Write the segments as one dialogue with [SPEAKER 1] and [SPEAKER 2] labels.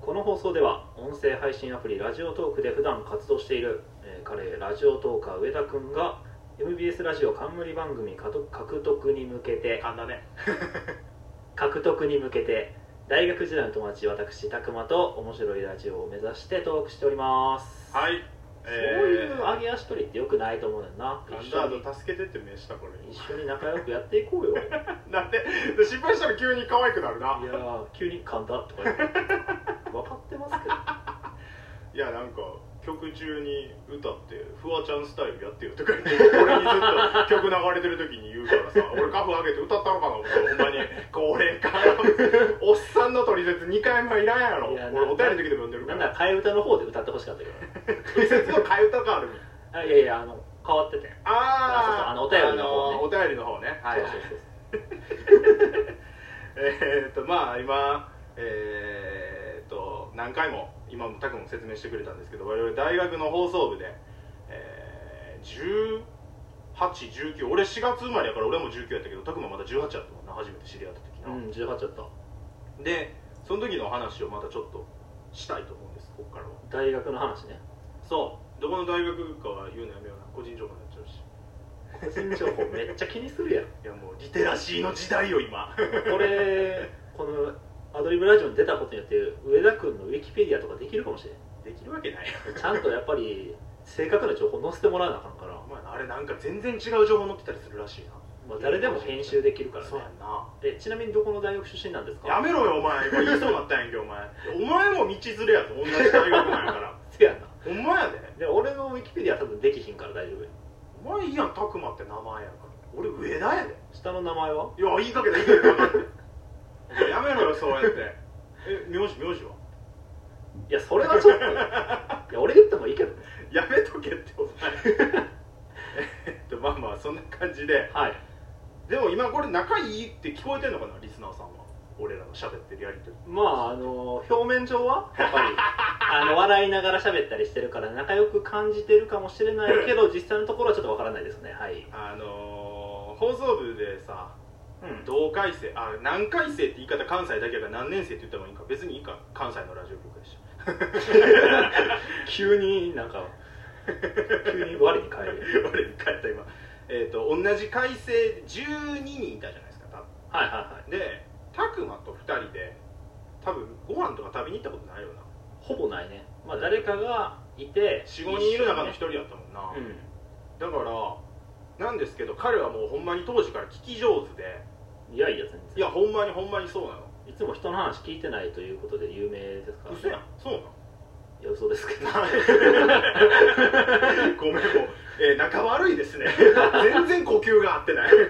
[SPEAKER 1] この放送では音声配信アプリラジオトークで普段活動している、えー彼ラジオトーカー上田くんが MBS ラジオ冠番組獲得獲得に向けて
[SPEAKER 2] 簡単ね
[SPEAKER 1] 獲得に向けて大学時代の友達私たくまと面白いラジオを目指してトークしております
[SPEAKER 2] はい
[SPEAKER 1] そうい
[SPEAKER 2] え
[SPEAKER 1] う
[SPEAKER 2] ー
[SPEAKER 1] 上げ足取りってよくないと思うねんな
[SPEAKER 2] ガン
[SPEAKER 1] 一緒
[SPEAKER 2] ダ
[SPEAKER 1] に
[SPEAKER 2] ード助けてって名したこれ
[SPEAKER 1] 一緒に仲良くやっていこうよいや
[SPEAKER 2] なんでで失敗したら急に可愛くなるな
[SPEAKER 1] ー急に簡単とか言って分かってますけど
[SPEAKER 2] いやなんか曲中に歌って「フワちゃんスタイルやってよ」とか言って俺にずっと曲流れてる時に言うか らさ俺カフ上げて歌ったのかな思ったらほんまにこれかおっさんの取説2回もいらんやろ
[SPEAKER 1] いや
[SPEAKER 2] 俺お便りの時でも読んでるか
[SPEAKER 1] なんなら
[SPEAKER 2] ら
[SPEAKER 1] 替え歌の方で歌ってほしかったけど
[SPEAKER 2] 取説の替え歌があるみたい
[SPEAKER 1] あいやいやあの変わってて
[SPEAKER 2] あー
[SPEAKER 1] あそうそうあのお便りの方ね
[SPEAKER 2] あのお便りの方ねはい
[SPEAKER 1] そうそう
[SPEAKER 2] えーっとまあ今えーっと何回も今もたくも説明してくれたんですけど我々大学の放送部で、え1819俺4月生まれやから俺も19やったけどたくもまだ18やったもんな初めて知り合った時
[SPEAKER 1] そうう
[SPEAKER 2] な、
[SPEAKER 1] ん18だった
[SPEAKER 2] でその時の話をまたちょっとしたいと思うんですここからは
[SPEAKER 1] 大学の話ね
[SPEAKER 2] そうどこの大学かは言うのやめような個人情報になっちゃうし
[SPEAKER 1] 個人情報めっちゃ気にするやん
[SPEAKER 2] いやもうリテラシーの時代よ今
[SPEAKER 1] これこのアドリブラジオに出たことによって上田君のウィキペディアとかできるかもしれん
[SPEAKER 2] できるわけない
[SPEAKER 1] ちゃんとやっぱり正確な情報載せてもらわなあかんから、
[SPEAKER 2] お前あれなんか全然違う情報載ってたりするらしいな
[SPEAKER 1] まあ、誰でも編集できるからね
[SPEAKER 2] そうやんな
[SPEAKER 1] えちなみにどこの大学出身なんですか
[SPEAKER 2] やめろよお前今言いそうになったんやんけお前お前も道連れやぞ同じ大学なんやから
[SPEAKER 1] せやな
[SPEAKER 2] お前やで
[SPEAKER 1] で俺のウィキペディア多分できひんから大丈夫や
[SPEAKER 2] お前いいやんたくまって名前やから俺上田やで
[SPEAKER 1] 下の名前はい
[SPEAKER 2] や言いかけた言いかけた分かってるやめろよそうやってえ名字名字はい
[SPEAKER 1] やそれはち ょっといや俺言ってもいいけどね
[SPEAKER 2] やめとけってお前 えっとまあまあそんな感じで
[SPEAKER 1] はい
[SPEAKER 2] でも今これ仲いいって聞こえてんのかなリスナーさんは俺らの喋ってるやりとり
[SPEAKER 1] まああの表面上はやっぱりあの笑いながら喋ったりしてるから仲良く感じてるかもしれないけど実際のところはちょっとわからないですねはい、
[SPEAKER 2] あのー放送部でさ
[SPEAKER 1] うん、
[SPEAKER 2] 同回生あ何回生って言い方関西だけやから何年生って言った方がいいんか別にいいか関西のラジオ局でし
[SPEAKER 1] 急になんか急に我に返る
[SPEAKER 2] ょ 俺に帰った今えっ、と同じ回生12人いたじゃないですか多
[SPEAKER 1] はいはいはい
[SPEAKER 2] 分で拓磨と2人で多分ご飯とか食べに行ったことないよな
[SPEAKER 1] ほぼないねまあ誰かがいて
[SPEAKER 2] 45人いる中の1
[SPEAKER 1] 一
[SPEAKER 2] 人やったもんな、
[SPEAKER 1] 緒にね
[SPEAKER 2] だからなんですけど彼はもうほんまに当時から聞き上手で
[SPEAKER 1] うんいやいや全
[SPEAKER 2] い
[SPEAKER 1] 然
[SPEAKER 2] やほんまにほんまにそうなの
[SPEAKER 1] いつも人の話聞いてないということで有名ですから、ね、
[SPEAKER 2] 嘘やんそうなの
[SPEAKER 1] いや嘘です けど
[SPEAKER 2] ごめんもう、えー仲悪いですね 全然呼吸が合ってない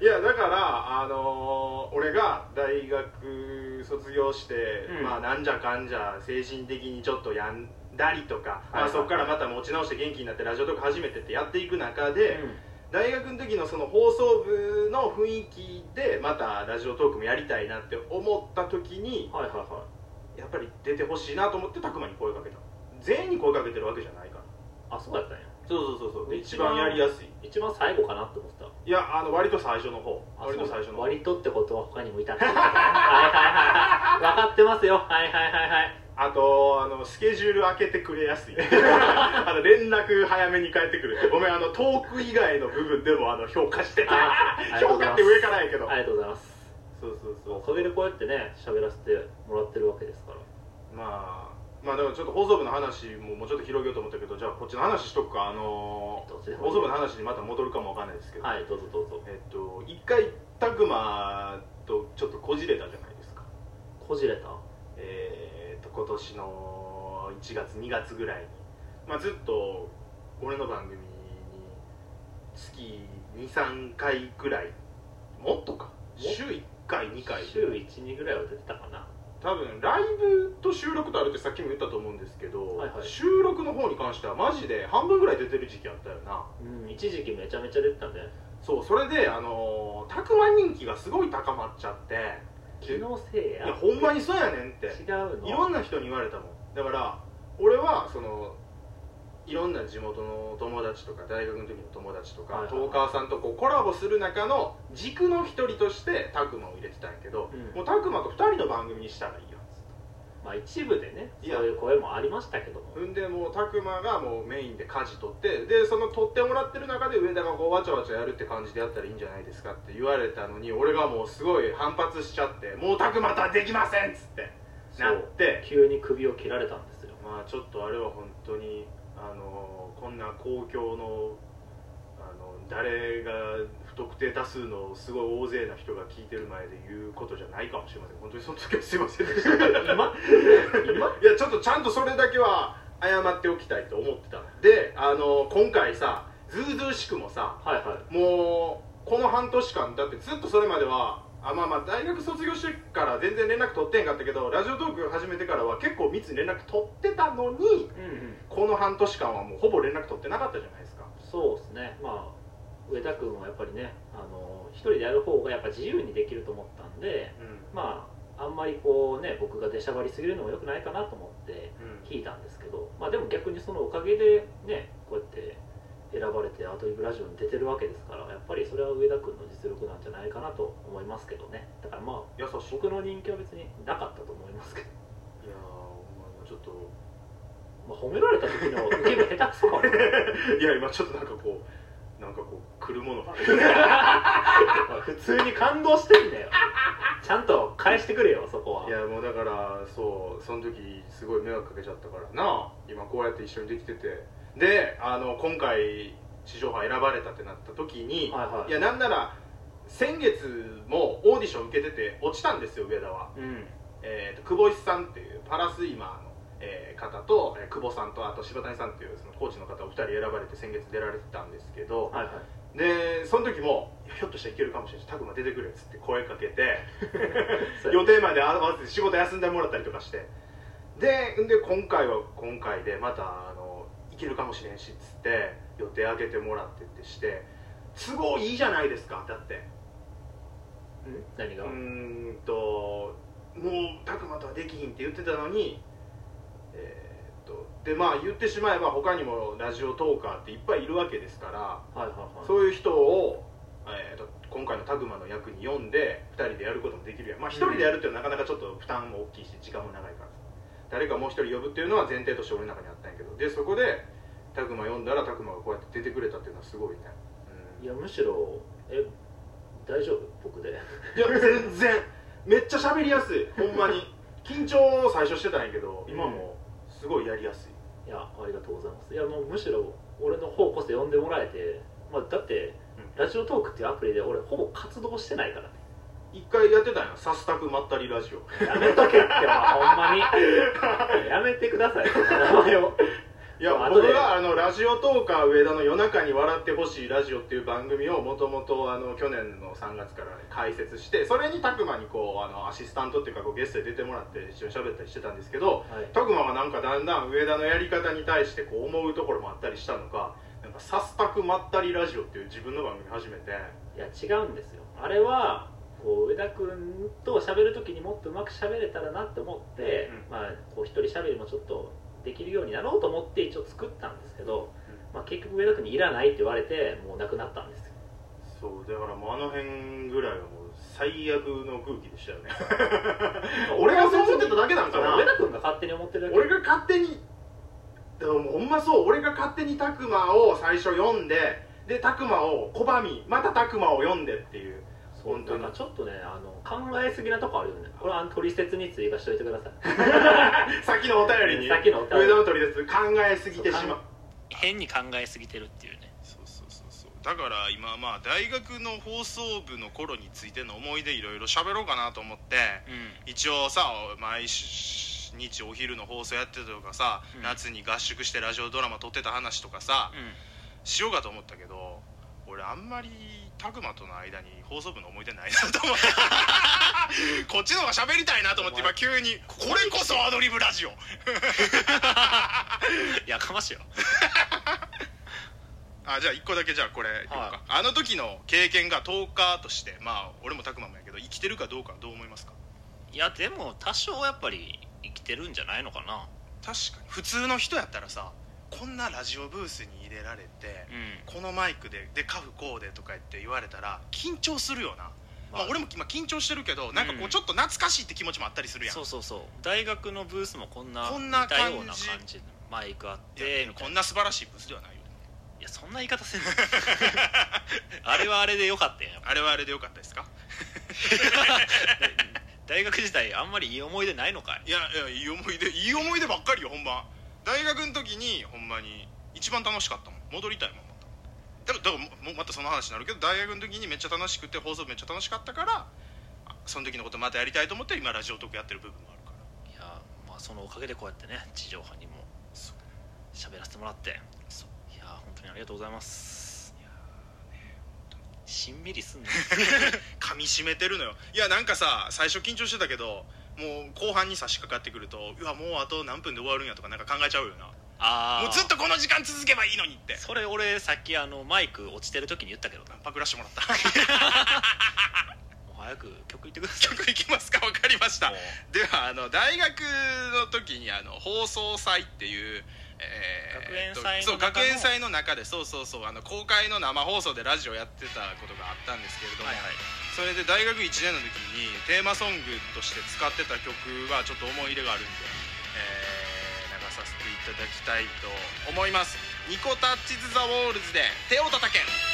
[SPEAKER 2] いやだからあのー俺が大学卒業して、
[SPEAKER 1] うん
[SPEAKER 2] まあなんじゃかんじゃ精神的にちょっとやんだりとか、ま
[SPEAKER 1] はいはいは
[SPEAKER 2] あ、
[SPEAKER 1] い
[SPEAKER 2] そこからまた持ち直して元気になってラジオとか始めてってやっていく中で、
[SPEAKER 1] う
[SPEAKER 2] 大学の時のその放送部の雰囲気でまたラジオトークもやりたいなって思った時に、
[SPEAKER 1] んはいはいは
[SPEAKER 2] やっぱり出てほしいなと思って拓磨に声かけた全員に声かけてるわけじゃないから
[SPEAKER 1] いあそうだったんや
[SPEAKER 2] そうそうそう
[SPEAKER 1] で
[SPEAKER 2] 一番やりやすい
[SPEAKER 1] 一番最後かなって思ってた
[SPEAKER 2] いやあの割と最初の方
[SPEAKER 1] あ
[SPEAKER 2] 割と
[SPEAKER 1] そう
[SPEAKER 2] 最初の方
[SPEAKER 1] 割とってことは他にもい たってことねはいはいはいはい分かってますよはいはいはいはい
[SPEAKER 2] あとあのスケジュール開けてくれやすい あの連絡早めに返ってくるってごめんあのトーク以外の部分でもあの評価してた
[SPEAKER 1] あありがとう
[SPEAKER 2] 評
[SPEAKER 1] ございま
[SPEAKER 2] 価
[SPEAKER 1] す
[SPEAKER 2] って上からやけど
[SPEAKER 1] ありがとうございます
[SPEAKER 2] そうそう
[SPEAKER 1] おかげでこうやってね喋らせてもらってるわけですから
[SPEAKER 2] まあまあでもちょっと放送部の話ももうちょっと広げようと思ったけどじゃあこっちの話しとくかあの
[SPEAKER 1] どっちでもいい
[SPEAKER 2] 放送部の話にまた戻るかもわかんないですけど
[SPEAKER 1] はいどうぞどうぞ
[SPEAKER 2] えっと一回タグマとちょっとこじれたじゃないですか
[SPEAKER 1] こじれた
[SPEAKER 2] えーっと今年の1月2月ぐらいに、まあ、ずっと俺の番組に月23回ぐらいもっとか週1回2回
[SPEAKER 1] 週12ぐらいは出てたかな
[SPEAKER 2] 多分ライブと収録とあるってさっきも言ったと思うんですけど、
[SPEAKER 1] はいはい
[SPEAKER 2] 収録の方に関してはマジで半分ぐらい出てる時期あったよな
[SPEAKER 1] うん一時期めちゃめちゃ出てたね
[SPEAKER 2] そうそれであのタクマ人気がすごい高まっちゃって
[SPEAKER 1] 気のせい
[SPEAKER 2] い
[SPEAKER 1] や
[SPEAKER 2] やほんまにそうやねんって
[SPEAKER 1] 違うの
[SPEAKER 2] いろんな人に言われたもんだから俺はそのいろんな地元の友達とか大学の時の友達と
[SPEAKER 1] はい
[SPEAKER 2] か
[SPEAKER 1] はい
[SPEAKER 2] トーカーさんとこうコラボする中の軸の一人としてタクマを入れてたんやけど、
[SPEAKER 1] うん
[SPEAKER 2] もうタクマと2人の番組にしたらいいよ
[SPEAKER 1] まあ、一部でね
[SPEAKER 2] いや
[SPEAKER 1] そういう声もありましたけども
[SPEAKER 2] ほんでもう拓磨がもうメインで舵取ってでその取ってもらってる中で上田がこうわちゃわちゃやるって感じでやったらいいんじゃないですかって言われたのに俺がもうすごい反発しちゃって「もう拓磨とはできません!」っつってな
[SPEAKER 1] そう
[SPEAKER 2] って
[SPEAKER 1] 急に首を切られたん ですよ
[SPEAKER 2] まあちょっとあれは本当にあのこんな公共のあの誰が不特定多数のすごい大勢の人が聞いてる前で言うことじゃないかもしれません本当にその時はすいませんでした い
[SPEAKER 1] 今今
[SPEAKER 2] やちょっとちゃんとそれだけは謝っておきたいと思ってたであの今回さずうずうしくもさ
[SPEAKER 1] はいはい
[SPEAKER 2] もうこの半年間だってずっとそれまではあまあまあ大学卒業してから全然連絡取ってへんかったけどラジオトーク始めてからは結構密に連絡取ってたのに
[SPEAKER 1] うんうん
[SPEAKER 2] この半年間はもうほぼ連絡取ってなかったじゃないですか
[SPEAKER 1] そうですねまあ上田君はやっぱりねあの一人でやる方がやっぱ自由にできると思ったんで
[SPEAKER 2] う
[SPEAKER 1] まああんまりこうね僕が出しゃばりすぎるのも良くないかなと思って
[SPEAKER 2] ん、
[SPEAKER 1] 聞いたんですけどまあでも逆にそのおかげでねこうやって選ばれてアトリブラジオに出てるわけですからやっぱりそれは上田君の実力なんじゃないかなと思いますけどねだからまあ
[SPEAKER 2] 優しいい
[SPEAKER 1] 僕の人気は別になかったと思いますけど、
[SPEAKER 2] やーお前ちょっと
[SPEAKER 1] まあ、褒められた時の受けが下手くそかも
[SPEAKER 2] いや今ちょっとなんかこうなんかこう来る ものが
[SPEAKER 1] 普通に感動してんだよちゃんと返してくれよそこはい
[SPEAKER 2] やもうだからそうその時すごい迷惑かけちゃったからなあ今こうやって一緒にできててであの今回地上波選ばれたってなった時に、
[SPEAKER 1] はいはい
[SPEAKER 2] いやなんなら先月もオーディション受けてて落ちたんですよ上田は
[SPEAKER 1] うん
[SPEAKER 2] えー、と久保石さんっていうパラスイマーの、えー方と、えー久保さんとあと柴谷さんっていうそのコーチの方お二人選ばれて先月出られてたんですけど
[SPEAKER 1] はいはい
[SPEAKER 2] でその時もいやひょっとしたらいけるかもしれないし拓磨出てくれっつって声かけて
[SPEAKER 1] そうや
[SPEAKER 2] 予定まで合わせて仕事休んでもらったりとかしてでんで今回は今回でまたあのいけるかもしれんしっつって予定開けてもらってってして都合いいじゃないですかだって
[SPEAKER 1] ん何が、
[SPEAKER 2] うーんともう拓磨とはできひんって言ってたのにえーっとでまあ言ってしまえば他にもラジオトーカーっていっぱいいるわけですから、
[SPEAKER 1] はいはいはい
[SPEAKER 2] そういう人を、えーっと今回の拓磨の役に読んで2人でやることもできるやんまあ1人でやるっていうのはなかなかちょっと負担も大きいし時間も長いから誰かもう1人呼ぶっていうのは前提として俺の中にあったんやけどでそこで拓磨読んだら拓磨がこうやって出てくれたっていうのはすごいね、うん
[SPEAKER 1] いやむしろえ大丈夫僕で
[SPEAKER 2] いや全然めっちゃ喋りやすいほんまに緊張を最初してたんやけど今もすごいやりやすい
[SPEAKER 1] いやありがとうございますいやもうむしろ俺の方こそ呼んでもらえて、まあ、だって、
[SPEAKER 2] う
[SPEAKER 1] ラジオトークっていうアプリで俺ほぼ活動してないからね
[SPEAKER 2] 一回やってたんや「さすたくまったりラジオ」
[SPEAKER 1] やめとけってお前ほんま にやめてくださいその名前を
[SPEAKER 2] いや
[SPEAKER 1] あ後
[SPEAKER 2] 僕
[SPEAKER 1] で
[SPEAKER 2] はあのラジオトーカー上田の「夜中に笑ってほしいラジオ」っていう番組をもともとあの去年の3月から開設してそれに拓磨にこうあのアシスタントっていうかこうゲストで出てもらって一緒に喋ったりしてたんですけど
[SPEAKER 1] はい
[SPEAKER 2] 拓磨がなんかだんだん上田のやり方に対してこう思うところもあったりしたのか「なんかさすたくまったりラジオ」っていう自分の番組始めて。
[SPEAKER 1] いや違うんですよあれはこう上田君と喋る時にもっとうまく喋れたらなって思って、
[SPEAKER 2] うん
[SPEAKER 1] まあこう一人喋りもちょっとできるようになろうと思って一応作ったんですけど、まあ、結局上田君にいらないって言われてもうなくなったんですよ
[SPEAKER 2] そうだからもうあの辺ぐらいはもう最悪の空気でしたよね
[SPEAKER 1] 俺
[SPEAKER 2] 俺が
[SPEAKER 1] が
[SPEAKER 2] そ
[SPEAKER 1] そうう思
[SPEAKER 2] 思
[SPEAKER 1] っ
[SPEAKER 2] っ
[SPEAKER 1] てて
[SPEAKER 2] た
[SPEAKER 1] た
[SPEAKER 2] だけなんかな
[SPEAKER 1] 上田君が勝手に思ってるだけ
[SPEAKER 2] 俺が勝手にでももうほんまそう俺が勝手に拓磨を最初読んでで拓磨を拒みまた拓磨を読んでって いう
[SPEAKER 1] そう
[SPEAKER 2] 本当に
[SPEAKER 1] なんかちょっとねあの考えすぎなとこあるよねこれはあの取説に追加しておいてください
[SPEAKER 2] さっきのお便りに
[SPEAKER 1] さっきのお便り
[SPEAKER 2] 上田の取り出す考えすぎてしまう
[SPEAKER 1] 変に考えすぎてるっていうね
[SPEAKER 2] そうそうそうそうだから今まあ大学の放送部の頃についての思い出いろいろ喋ろうかなと思って
[SPEAKER 1] う
[SPEAKER 2] 一応さ毎日お昼の放送やってたとかさ、
[SPEAKER 1] うん
[SPEAKER 2] 夏に合宿してラジオドラマ撮ってた話とかさ、
[SPEAKER 1] ん、うん
[SPEAKER 2] しようかと思ったけど俺あんまり拓磨との間に放送部の思い出ないなと思って こっちの方が喋りたいなと思って今急に「これこそアドリブラジオ」
[SPEAKER 3] やかましいよ
[SPEAKER 2] あじゃあ1個だけじゃあこれいこうか、
[SPEAKER 3] はい
[SPEAKER 2] あの時の経験が10日としてまあ俺も拓磨もやけど生きてるかどうかはどう思いますか
[SPEAKER 3] いやでも多少やっぱり生きてるんじゃないのかな
[SPEAKER 2] 確かに普通の人やったらさこんなラジオブースに入れられて、
[SPEAKER 3] うん
[SPEAKER 2] このマイクででカフこうでとか言って言われたら緊張するよなまあ、俺も今緊張してるけどなんかこうちょっと懐かしいって気持ちもあったりするやん、
[SPEAKER 1] そうそうそう大学のブースもこんな
[SPEAKER 2] こんな
[SPEAKER 1] 似たような
[SPEAKER 2] 感じ
[SPEAKER 1] 感じのマイクあっ
[SPEAKER 2] いや
[SPEAKER 1] てみたい
[SPEAKER 2] こん
[SPEAKER 1] な
[SPEAKER 2] な素晴らしいブースではないよ
[SPEAKER 1] いやそんな言 い方せんのあれはあれでよかったよやっぱ
[SPEAKER 2] あれはあれでよかったですか
[SPEAKER 1] 大学時代あんまりいい思い出ないのかい
[SPEAKER 2] いやいやいい思い出いい思い出ばっかりよほんま大学の時にほんまに一番楽しかったもん戻りたいもんまただからだからもうまたその話になるけど大学の時にめっちゃ楽しくて放送部めっちゃ楽しかったからあその時のことまたやりたいと思って今ラジオトークやってる部分もあるから
[SPEAKER 1] いやまあそのおかげでこうやってね地上波にも
[SPEAKER 2] そう
[SPEAKER 1] 喋らせてもらっていや本当にありがとうございます
[SPEAKER 2] いや
[SPEAKER 1] しんみり すんの
[SPEAKER 2] 噛み締めてるのよいやなんかさ最初緊張してたけどもう後半に差し掛かってくるとうわもうあと何分で終わるんやとかなんか考えちゃうよな
[SPEAKER 1] ああ
[SPEAKER 2] もうずっとこの時間続けばいいのにって
[SPEAKER 1] それ俺さっきあのマイク落ちてる時に言ったけどなも
[SPEAKER 2] パクらしてもらった
[SPEAKER 1] う早く曲言ってくだ さい
[SPEAKER 2] 曲いきますか分かりました
[SPEAKER 1] もう
[SPEAKER 2] ではあの大学の時にあの放送祭っていう、えー
[SPEAKER 1] 学園祭の中の
[SPEAKER 2] そう学園祭の中でそうそうそうあの公開の生放送でラジオやってたことがあったんですけれども、
[SPEAKER 1] はいはい
[SPEAKER 2] それで大学1年の時にテーマソングとして使ってた曲はちょっと思い入れがあるんで、えー流させていただきたいと思います「ニコタッチズ・ザ・ウォールズ」で手を叩けん